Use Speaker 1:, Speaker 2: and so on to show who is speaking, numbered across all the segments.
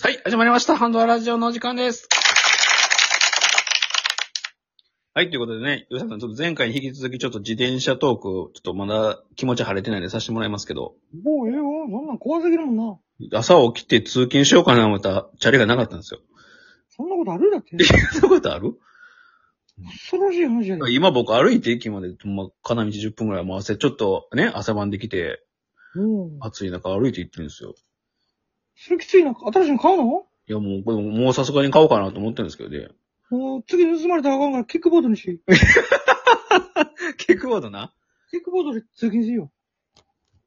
Speaker 1: はい、始まりました。ハンドアラジオのお時間です。はい、ということでね、吉田さん、ちょっと前回に引き続きちょっと自転車トーク、ちょっとまだ気持ち晴れてないんでさせてもらいますけど、
Speaker 2: もうええわ、そんなん怖すぎるもんな。
Speaker 1: 朝起きて通勤しようかな思ったらチャリがなかったんですよ。
Speaker 2: そんなことあるだって。
Speaker 1: そんなことある
Speaker 2: 恐ろしい話やで。
Speaker 1: 今僕歩いて駅まで、まあ、片道10分ぐらい回して、ちょっとね、朝晩できて、
Speaker 2: うん。
Speaker 1: 暑い中歩いて行ってるんですよ。
Speaker 2: それきついな。新しいの買うの
Speaker 1: いや、もう、これもうさすがに買おうかなと思ってるんですけどね。
Speaker 2: もう次盗まれたらあかんから、キックボードにし。
Speaker 1: キックボードな
Speaker 2: キックボードで通勤しよ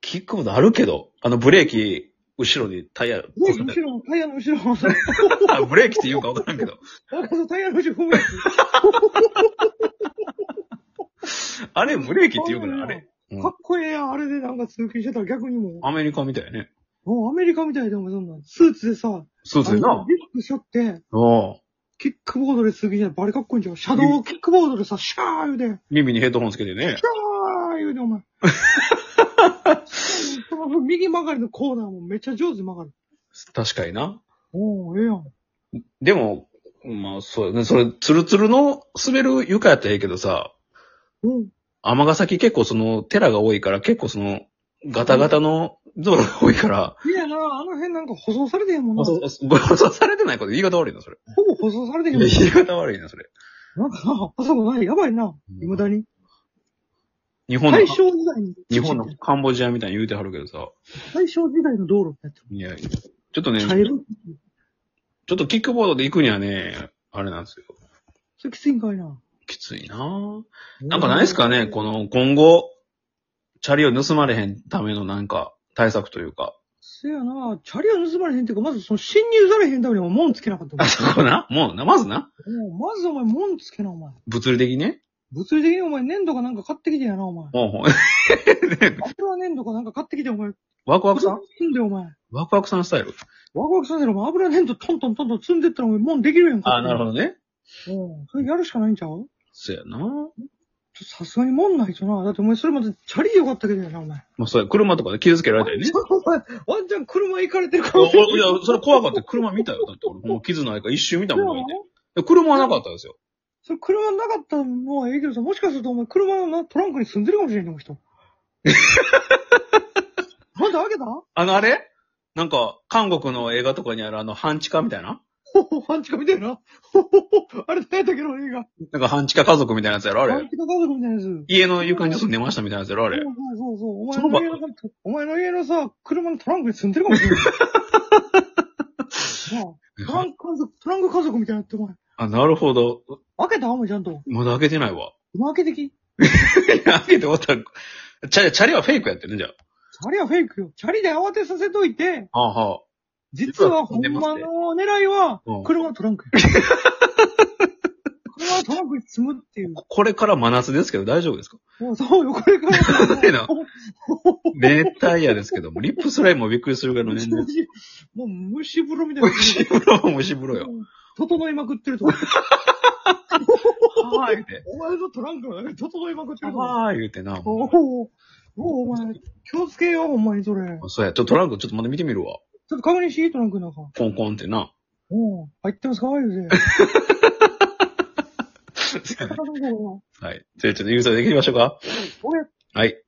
Speaker 1: キックボードあるけど、あのブレーキ、後ろでタイヤ、
Speaker 2: う。ね、後ろ、タイヤの後ろ。なんか
Speaker 1: あブレーキって言うか分からんけど。
Speaker 2: さ、タイヤの後ろ踏むやつ。
Speaker 1: あれ、ブレーキって言うから、あれ。うん
Speaker 2: かっこええやん。あれでなんか通勤してたら逆にも
Speaker 1: アメリカみたいやね。
Speaker 2: う。もうアメリカみたいでもそんなん。スーツでさ、
Speaker 1: そうですよ
Speaker 2: あの
Speaker 1: な。
Speaker 2: リュックしょって、
Speaker 1: ああ。
Speaker 2: キックボードで通勤したらバリかっこいいんじゃん。シャドウキックボードでさ、シャー言うて。
Speaker 1: 耳にヘッドホンつけてね。
Speaker 2: あー言うね、お 前。その右曲がりのコーナーもめっちゃ上手に曲がる。
Speaker 1: 確かにな。
Speaker 2: おー、ええやん。
Speaker 1: でも、まあ、そうやね。それ、ツルツルの滑る床やったらええけどさ、
Speaker 2: うん。
Speaker 1: 尼崎結構その、寺が多いから、結構その、ガタガタの道路が多いから、
Speaker 2: いやな、あの辺なんか舗装されてへんもんな。ほ
Speaker 1: ご予想されてないこと言い方悪いな、それ。
Speaker 2: ぼ舗装されてへんもん
Speaker 1: 言い方悪いな、それ。
Speaker 2: な。なんかな、あそこない、やばいな。未だに。
Speaker 1: 日本の
Speaker 2: 大、正時代に。
Speaker 1: 日本のカンボジアみたいに言うてはるけどさ。
Speaker 2: 大正時代の道路ってやって
Speaker 1: いや、ちょっとね
Speaker 2: る。、茶色い。
Speaker 1: ちょっとキックボードで行くにはね、あれなんですよ。
Speaker 2: それきついんかいな。
Speaker 1: きついなぁ。なんかないですかねこの今後、チャリを盗まれへんためのなんか対策というか。
Speaker 2: せやな、チャリは盗まれへんっていうか、まずその侵入されへんためにも門つけなかっ たも
Speaker 1: あそこなもうな、まずな。
Speaker 2: ん。もうまずお前門つけな、お前。
Speaker 1: 物理的にね。
Speaker 2: 物理的にお前粘土かなんか買ってきてやな、お前。
Speaker 1: ほう ほうね
Speaker 2: あれは粘土かなんか買ってきて、お前。
Speaker 1: ワクワクさん
Speaker 2: 積んで、お前。
Speaker 1: ワクワクさんスタイル。
Speaker 2: ワクワクさせろ、油粘土トントントントン積んでったら、お前、もんできるやんか。
Speaker 1: ほどね。
Speaker 2: ど。うん。それやるしかないんちゃう
Speaker 1: そうやなぁ。
Speaker 2: ちょさすがにもんないとな。だってお前、それまでチャリでよかったけどやな、お前。
Speaker 1: まあそうや、車とかで傷つけられたよね
Speaker 2: ち。ょっとお前、 ワンちゃん車行かれてるか
Speaker 1: お
Speaker 2: もしれ
Speaker 1: おいや、それ怖かった。車見たよ。だって俺もう傷ないから一周見たもんだっていや。車はなかったですよ。
Speaker 2: それ車なかったのはええけどさ、もしかするとお前、車のなトランクに積んでるかもしれんね、こ の人。なんで開けた
Speaker 1: あの、あれなんか、韓国の映画とかにあるあの、半地下みたいな
Speaker 2: ほほ、半地下みたいな。 ほほほ、あれ、何やったっけの映画。
Speaker 1: なんか半地下家族みたいなやつやろあれ
Speaker 2: 半。地下家族みたいなやつ。
Speaker 1: 家の床に住んでましたみたいなやつやろあれ
Speaker 2: そ。うそうそうそう。お
Speaker 1: その場
Speaker 2: 前の家の、お前の家のさ、車のトランクに積んでるか もしれない。なあトランク家族、トランク家族みたいになって、お前。
Speaker 1: あ、なるほど。
Speaker 2: 開けたお前ちゃんと。
Speaker 1: まだ開けてないわ。
Speaker 2: 今開けてき。チ
Speaker 1: い や開けておったら。チャリ、チャリはフェイクやってるね、じゃ
Speaker 2: ャリはフェイクよ。チャリで慌てさせといて、
Speaker 1: あ。はあはあ。
Speaker 2: 実はほんまの狙いは
Speaker 1: うん、
Speaker 2: 車のトランク や。車のトランクに積むっていう。
Speaker 1: これから真夏ですけど大丈夫ですか
Speaker 2: もうそうよ、これから。
Speaker 1: ん でな熱帯夜ですけども、リップスライムもびっくりするぐらいの年 齢。
Speaker 2: もう蒸し風呂みたいな。
Speaker 1: 蒸 し風呂も蒸し風呂よ。
Speaker 2: 整いまくってると 思う。
Speaker 1: はーいって。
Speaker 2: お前のトランクの中に整いまくってると思う。
Speaker 1: はーい言うてな。
Speaker 2: おお、おお前、気をつけよう、ほんまにそれ。ちょっ
Speaker 1: そうや、ちょっとトランクちょっとまた見てみるわ。
Speaker 2: と確認し、トランクの中。
Speaker 1: コンコンってな。
Speaker 2: おお、入ってますか言う て。お
Speaker 1: はい。じゃあちょっとユーザーでいきましょうか。
Speaker 2: や
Speaker 1: はい。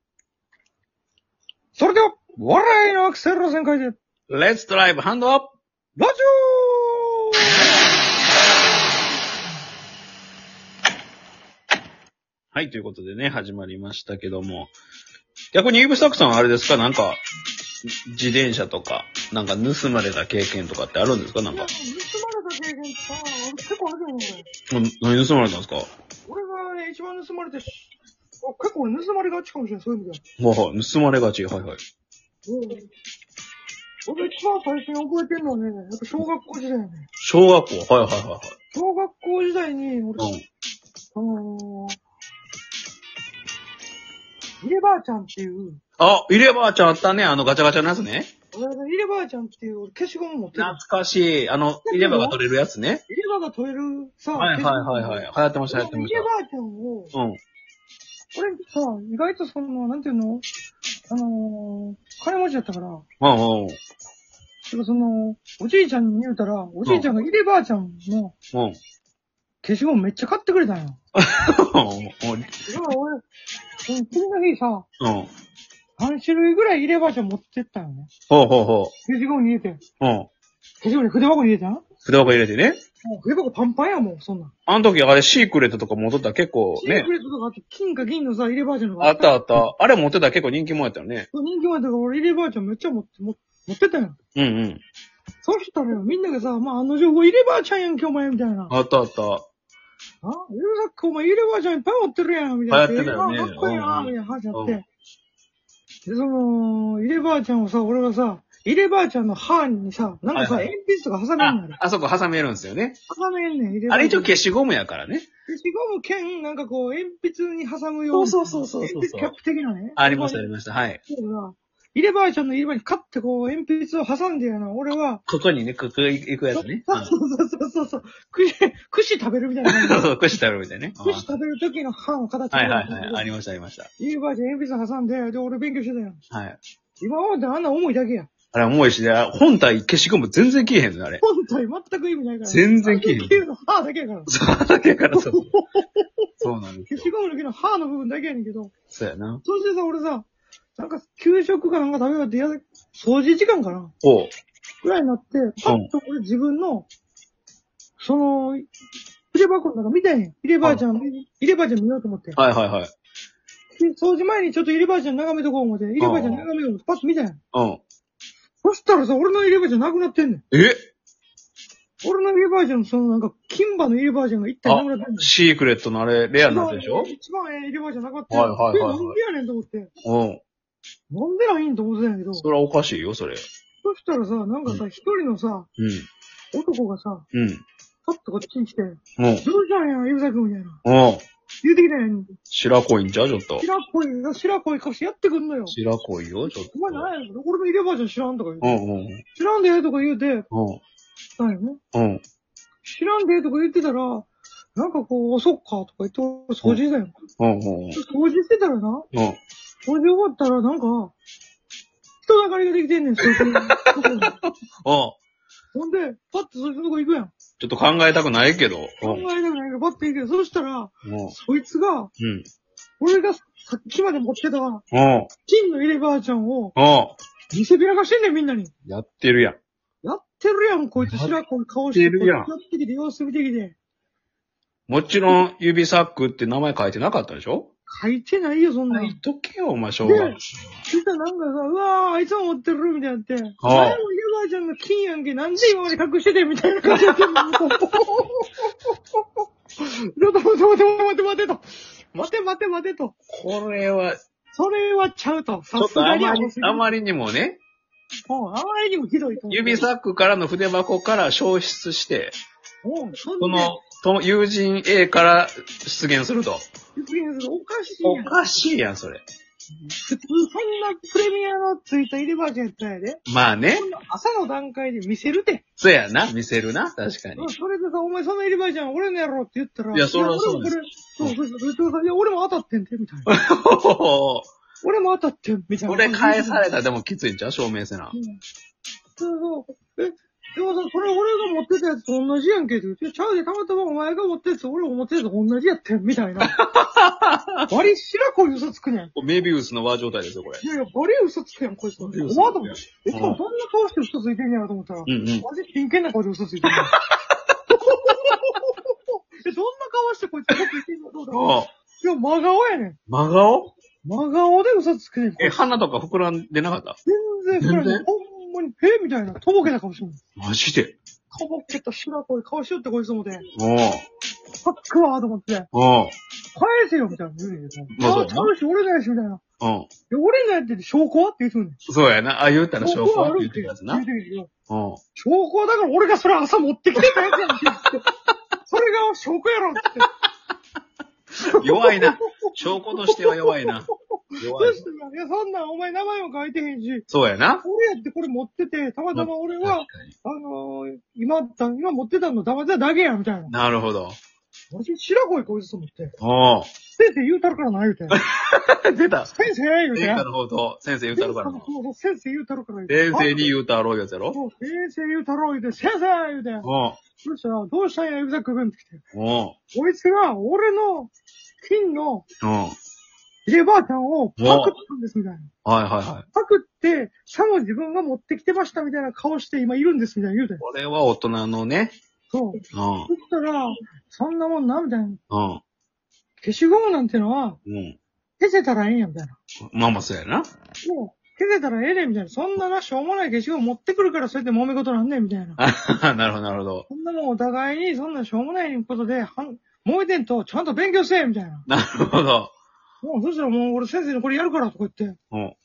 Speaker 2: それでは、笑いのアクセルの旋回で、ラジ
Speaker 1: Let's drive, hand up!
Speaker 2: オ
Speaker 1: はい、ということでね、始まりましたけども。逆にイブサクさんはあれですかなんか、自転車とか、なんか盗まれた経験とかってあるんですかなん
Speaker 2: いや、
Speaker 1: か。
Speaker 2: 盗まれた経験さ、俺結構あるよ、俺。
Speaker 1: うん何盗まれたんですか
Speaker 2: 俺がね、一番盗まれてし、あ結構俺盗まれがちかもしれない、そういう意味
Speaker 1: はいはい、盗まれがち。はいはい。
Speaker 2: では。うん。俺一番最初に覚えてるのはね、やっぱ小学校時代やね。
Speaker 1: 小学校はいはいは
Speaker 2: 小学校時代に、俺
Speaker 1: い、はい。
Speaker 2: あのー、イレバーちゃんっていう、
Speaker 1: あ、入ればあちゃんあったね。あのガチャガチャのやつね。
Speaker 2: 俺がイレバーちゃんっていう消しゴム持ってる
Speaker 1: 懐。かしい。あの、入れ歯が取れるやつね。
Speaker 2: イレバーが取れるさ、。
Speaker 1: はいはいはいはいい。流行ってました、流行って
Speaker 2: イ
Speaker 1: ま
Speaker 2: レ
Speaker 1: し
Speaker 2: バーちゃんを、
Speaker 1: た。うん。
Speaker 2: 俺さ、意外とその、なんていうのあのー、金持ちだったから、
Speaker 1: うんうん。
Speaker 2: だからその、おじいちゃんに言うたら、おじいちゃんが入ればあちゃんの
Speaker 1: うん。
Speaker 2: 消しゴムめっちゃ買ってくれたんや。
Speaker 1: う
Speaker 2: だから俺、その次の日さ、
Speaker 1: ん。
Speaker 2: 3種類ぐらい入ればあちゃん持ってったよね。
Speaker 1: ほうほうほ
Speaker 2: 消しゴムに入れて。
Speaker 1: う。うん。
Speaker 2: 消しゴムに筆箱に入れたんも
Speaker 1: 筆箱入れてね。
Speaker 2: う筆箱パンパンやもん、そんなん。
Speaker 1: あの時あれシークレットとか持っとったら結構
Speaker 2: シー
Speaker 1: ね
Speaker 2: ク。レットとかあって、金か銀のさ、入ればあちゃんのが
Speaker 1: あったあった。あれ持ってたら結構人気もんやったよね。
Speaker 2: 人気もあったから俺入ればあちゃんめっちゃ持って、持持ってったんや。
Speaker 1: うんうん。
Speaker 2: そしたらよ、みんながさ、まあ、あの情報入ればあちゃんやんけ、お前、みたいな。
Speaker 1: あったあった。
Speaker 2: あゆうさっきお前入ればあちゃんいっぱい持ってるやん、みたいな。
Speaker 1: 流行ってたよね
Speaker 2: あかっこいいな、みたいな話あ
Speaker 1: う
Speaker 2: っ
Speaker 1: ん
Speaker 2: て。で、その、入ればあちゃんをさ、俺はさ、入ればあちゃんの歯にさ、なんかさ、
Speaker 1: はい
Speaker 2: 鉛
Speaker 1: は
Speaker 2: 筆とか挟めんの
Speaker 1: あ
Speaker 2: よ。、
Speaker 1: あそこ挟めるんですよね。
Speaker 2: 挟めんねん、入れば
Speaker 1: あれ一応
Speaker 2: 消
Speaker 1: 消しゴムやからね。
Speaker 2: しゴム剣、なんかこう、鉛筆に挟むよ
Speaker 1: そううそう
Speaker 2: な
Speaker 1: そうそうそう
Speaker 2: 鉛筆キャップ的なね。
Speaker 1: ありました、ありました。はい。
Speaker 2: そうだ入ればあちゃんの入れ歯にカッてこう、鉛筆を挟んでやな、俺は、
Speaker 1: ここにね、ここ行くやつね。
Speaker 2: そうそうそうそうそう、串、串食べるみ たいな感じ
Speaker 1: う。ん。そう、串食べるみたいね。うん
Speaker 2: 串食べる時の歯の形
Speaker 1: はいはいはい。ありました、ありました。
Speaker 2: いいばあちゃん、鉛筆挟んで、で、俺勉強してたやん。
Speaker 1: はい。
Speaker 2: 今まであんな重いだけや。
Speaker 1: あれ重いしね、本体消しゴム全然消えへんのよ、あれ。
Speaker 2: 本体全く意味ないから。
Speaker 1: 全然消えへん
Speaker 2: あの消えるの歯だけやから。
Speaker 1: そうだけからそう。そうなんです
Speaker 2: 消
Speaker 1: よ
Speaker 2: し。ゴムの時の歯の部分だけやねんけど。
Speaker 1: そうやな。
Speaker 2: そしてさ、俺さ、なんか、給食かなんか食べ終わって、やだ、掃除時間かな
Speaker 1: おう。
Speaker 2: ぐらいになって、パッと俺自分の、その、入れ箱の中見たいんや。入ればあちゃん、入ればあちゃん見ようと思って。
Speaker 1: はいはいはい。
Speaker 2: で掃除前にちょっと入ればあちゃん眺めとこう思って、入ればあちゃん眺めよう思って、パッと見たんやん。
Speaker 1: うん。
Speaker 2: そしたらさ、俺の入ればあちゃんなくなってんねん。
Speaker 1: え
Speaker 2: 俺の入れバージョン、そのなんか、金歯の入れバージョンが一体なくなってんの。
Speaker 1: シークレットのあれ、レアなやつでしょ
Speaker 2: 一番ええ入れバージョンなかった
Speaker 1: はいはいはいはい
Speaker 2: なんでやねんと思って。
Speaker 1: うん。
Speaker 2: なんでないんと思ってたんやけど。そ
Speaker 1: それはおかしいよ、それ。
Speaker 2: したらさ、なんかさ、一人のさ、
Speaker 1: う
Speaker 2: 男がさ、
Speaker 1: ん。うん。
Speaker 2: パッとこっちに来て、
Speaker 1: うん。
Speaker 2: どうしたんや、ゆうさくんみたいな。
Speaker 1: うん。
Speaker 2: 言うてきたやん。
Speaker 1: 白濃いんじゃちょっと。
Speaker 2: 白っぽい、白っぽい顔してやってくんのよ。
Speaker 1: 白濃いよ、ちょっと。
Speaker 2: お前何やねん、俺の入れバージョン知らんとか言う
Speaker 1: う
Speaker 2: て。
Speaker 1: んうんうん。
Speaker 2: 知らんでとか言うて、
Speaker 1: うん。
Speaker 2: なんやね。
Speaker 1: うん。
Speaker 2: 知らんでとか言ってたら、なんかこう、そっかとか言って、俺掃除してたよ。
Speaker 1: うんうんうん。
Speaker 2: 掃除してたらな、
Speaker 1: うん。
Speaker 2: 掃除終わったら、なんか、人だかりができてんねん、そいつのと こに
Speaker 1: あ、
Speaker 2: ほんで、パッとそいつのとこ行くやん。
Speaker 1: ちょっと考えたくないけど。う
Speaker 2: 考え
Speaker 1: ん。
Speaker 2: たくないけど、パッと行くやん。そしたら、
Speaker 1: うん。
Speaker 2: そいつが、
Speaker 1: うん。
Speaker 2: 俺がさっきまで持ってた、
Speaker 1: うん。
Speaker 2: 金の入ればあちゃんを、
Speaker 1: うん。
Speaker 2: 見せびらかしてんねん、みんなに。
Speaker 1: やってるやん。
Speaker 2: やってるやん、こいつ。
Speaker 1: やっ
Speaker 2: 白子に顔して、
Speaker 1: やってるやん
Speaker 2: こっちやってきて、様子見てきて。
Speaker 1: もちろん、指サックって名前書いてなかったでしょ
Speaker 2: 書いてないよ、そんなん。
Speaker 1: 書
Speaker 2: そ
Speaker 1: いとけよ、お前、しょうがない。
Speaker 2: したらなんかさ、うわー、あいつも持ってる、みたいになって。前も
Speaker 1: あ
Speaker 2: 入ればあちゃんの金やんけ、なんで今まで隠してて、みたいな感じ で。ちょっと待って待って待って待てと。待て待て待てと。
Speaker 1: これは、ち
Speaker 2: それはちゃうと。
Speaker 1: ょ
Speaker 2: さ
Speaker 1: っ
Speaker 2: す
Speaker 1: と
Speaker 2: が
Speaker 1: あ
Speaker 2: に
Speaker 1: まり
Speaker 2: 多す、ぎる
Speaker 1: あまりにもね、
Speaker 2: うんあまりにもひどいと思う。
Speaker 1: 指サックからの筆箱から消失して、
Speaker 2: うん、そん
Speaker 1: こ
Speaker 2: な
Speaker 1: の、と友人 A から出現すると。
Speaker 2: 実現する。おかしい
Speaker 1: お
Speaker 2: やん。
Speaker 1: かしいやん、それ。
Speaker 2: 普通そんなプレミアのついた入ればあちゃんやったんやで。
Speaker 1: まあね
Speaker 2: そ。んな朝の段階で見せるて。
Speaker 1: そうやな、見せるな、確かに
Speaker 2: う。んそれでさ、お前そんな入ればあちゃん俺のやろって言ったら。
Speaker 1: いやそれは
Speaker 2: 俺も
Speaker 1: そう
Speaker 2: これそう、そう、そうそう。いや、俺も当たってんて、みたい な。
Speaker 1: こ
Speaker 2: 俺も当たってん、みたいな。
Speaker 1: れ返されたらでもきついんちゃう証明せな
Speaker 2: う。んそうそう。え、でもさ、これ俺が持ってたやつと同じやんけって言って、いやちゃうで、たまたまお前が持ってたやつと俺が持ってたやつと同じやってん、みた いな。バリ白子に嘘つくねん。
Speaker 1: メビウスの和状態ですよ、これ。
Speaker 2: いやいや、バリ嘘つくやん、こいつ。お前と思って。え、しかもそんな顔して嘘ついてんやろと思ったら、
Speaker 1: うんうん。
Speaker 2: マジ真剣な顔で嘘ついてる。え、どんな顔してこいつ嘘ついてんのどうだろう
Speaker 1: あ
Speaker 2: いや、真顔やねん。
Speaker 1: 真顔
Speaker 2: 真顔で嘘つくねん。こ
Speaker 1: え、
Speaker 2: いつ
Speaker 1: 鼻とか膨らんでなかった
Speaker 2: 全然膨らん
Speaker 1: 全
Speaker 2: な
Speaker 1: 然
Speaker 2: い。ほんまに、えみたいな、とぼけた顔してる。
Speaker 1: マジで。
Speaker 2: とぼけた白子い顔しよってこいつ思って。
Speaker 1: おう
Speaker 2: パックわーと思って、
Speaker 1: おう
Speaker 2: 返せよみたいな言うねんけど。
Speaker 1: まあそう
Speaker 2: あ、ちゃうし、俺のやし、みたいな。
Speaker 1: うん。
Speaker 2: いや俺のやってて証拠はって言うとんねん。
Speaker 1: そうやな。あ、言ったら証拠はって
Speaker 2: る
Speaker 1: 言ってるやつな。う
Speaker 2: 言
Speaker 1: ん
Speaker 2: う。てんけど証拠はだから俺がそれ朝持ってきてたやつやんけって。それが証拠やろって。
Speaker 1: 弱いな。証拠としては弱いな。弱
Speaker 2: そ
Speaker 1: い
Speaker 2: し。たら、いや、そんなんお前名前も書いてへんし、
Speaker 1: そうやな。
Speaker 2: 俺やってこれ持ってて、たまたま俺は、
Speaker 1: 確かに
Speaker 2: あのー、今、今持ってたのたまたまだけや、みたいな。
Speaker 1: なるほど。
Speaker 2: マジ白子いこいつと思って。
Speaker 1: おう
Speaker 2: で、先生言うたるからな、言うて。
Speaker 1: 出た。
Speaker 2: 先生言うて
Speaker 1: 言うた
Speaker 2: な。
Speaker 1: る方と、先生言うたるからの。
Speaker 2: そうそう先生言うたるから
Speaker 1: 先生に
Speaker 2: う
Speaker 1: 言うたろうやつや
Speaker 2: て。あ
Speaker 1: ろ
Speaker 2: そう先生言うたろう言うて、先生言うて。
Speaker 1: も
Speaker 2: そしたら、どうしたんや、指先君って来て。
Speaker 1: う、も
Speaker 2: こいつが、俺の、金の、
Speaker 1: う、うん。はい
Speaker 2: ひでばあちゃんをパクったんです、みたいな。
Speaker 1: はいはい。
Speaker 2: パクって、さも自分が持ってきてました、みたいな顔して今いるんです、みたいな言うて。
Speaker 1: これは大人のね、う
Speaker 2: そう。
Speaker 1: ん、
Speaker 2: そしたら、そんなもんな、みたいな。
Speaker 1: うん、
Speaker 2: 消しゴムなんてのは、
Speaker 1: うん。
Speaker 2: 消せたらええんや、みたいな。
Speaker 1: まあまあそうやな。
Speaker 2: もう、消せたらええねん、みたいな。そんなな、しょうもない消しゴム持ってくるから、そうやって揉め事なんねん、みたいな。
Speaker 1: あ なるほどなるほど。
Speaker 2: そんなもんお互いに、そんなしょうもないことで、はん、揉えてんと、ちゃんと勉強せえ、みたいな。
Speaker 1: なるほど。
Speaker 2: もう、そしたらもう、俺先生にこれやるから、とか言って。
Speaker 1: うん。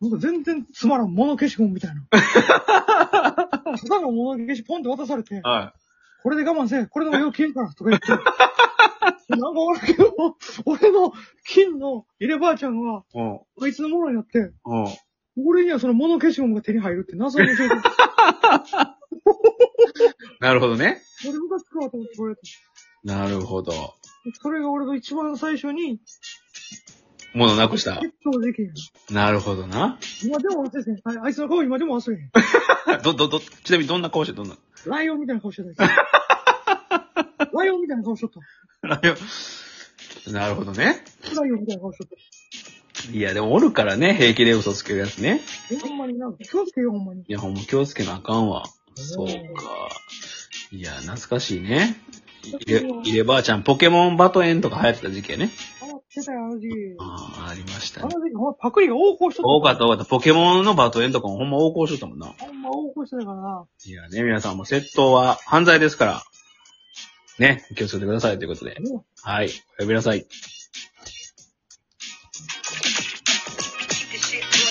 Speaker 2: なんか全然つまらん、物消しゴムみたいな。ただの物消しポンって渡されて、
Speaker 1: は
Speaker 2: これで我慢せえ、これでもよう消えるから、とか言って。 なんか俺の、俺の金の入ればあちゃんは、
Speaker 1: い。うん、
Speaker 2: こいつのものになって、
Speaker 1: うん。
Speaker 2: 俺にはその物消しゴムが手に入るって謎の状況。
Speaker 1: なるほどね。
Speaker 2: 俺ムカつくわと思ってこれ。
Speaker 1: なるほど。
Speaker 2: それが俺の一番最初に、
Speaker 1: ものなくした。
Speaker 2: 決闘事件や。
Speaker 1: なるほどな。
Speaker 2: 今でも忘れてん。ああいつの顔今でも忘れ へん。
Speaker 1: ど、ど、ど、ちなみにどんな顔してどんな。
Speaker 2: ライオンみたいな顔してたや つ。ライオンみたいな顔しとっ
Speaker 1: ライオ ンなるほどね。
Speaker 2: た。ライオンみたいな顔しとった。
Speaker 1: いや、でもおるからね、平気で嘘つけるやつね。
Speaker 2: えほんまにな、気をつけよう、ほんまに。
Speaker 1: いや、ほんま気をつけなあかんわ。そうか。いや、懐かしいね。いれ、いればあちゃん、ポケモンバトエンとか流行ってた時期やね。
Speaker 2: あ、してたよ、あの時期。
Speaker 1: ああ、ありました
Speaker 2: あの
Speaker 1: ね。
Speaker 2: 時、ほんまパクリが横行しとった。
Speaker 1: 多かった多かった。ポケモンのバトエンとかもほんま横行しとったもんな。
Speaker 2: た。ほんま横行してたからな。
Speaker 1: いやね、皆さんも窃盗は犯罪ですから、ね、気をつけてくださいということで。
Speaker 2: ね
Speaker 1: はい、おやびなさい。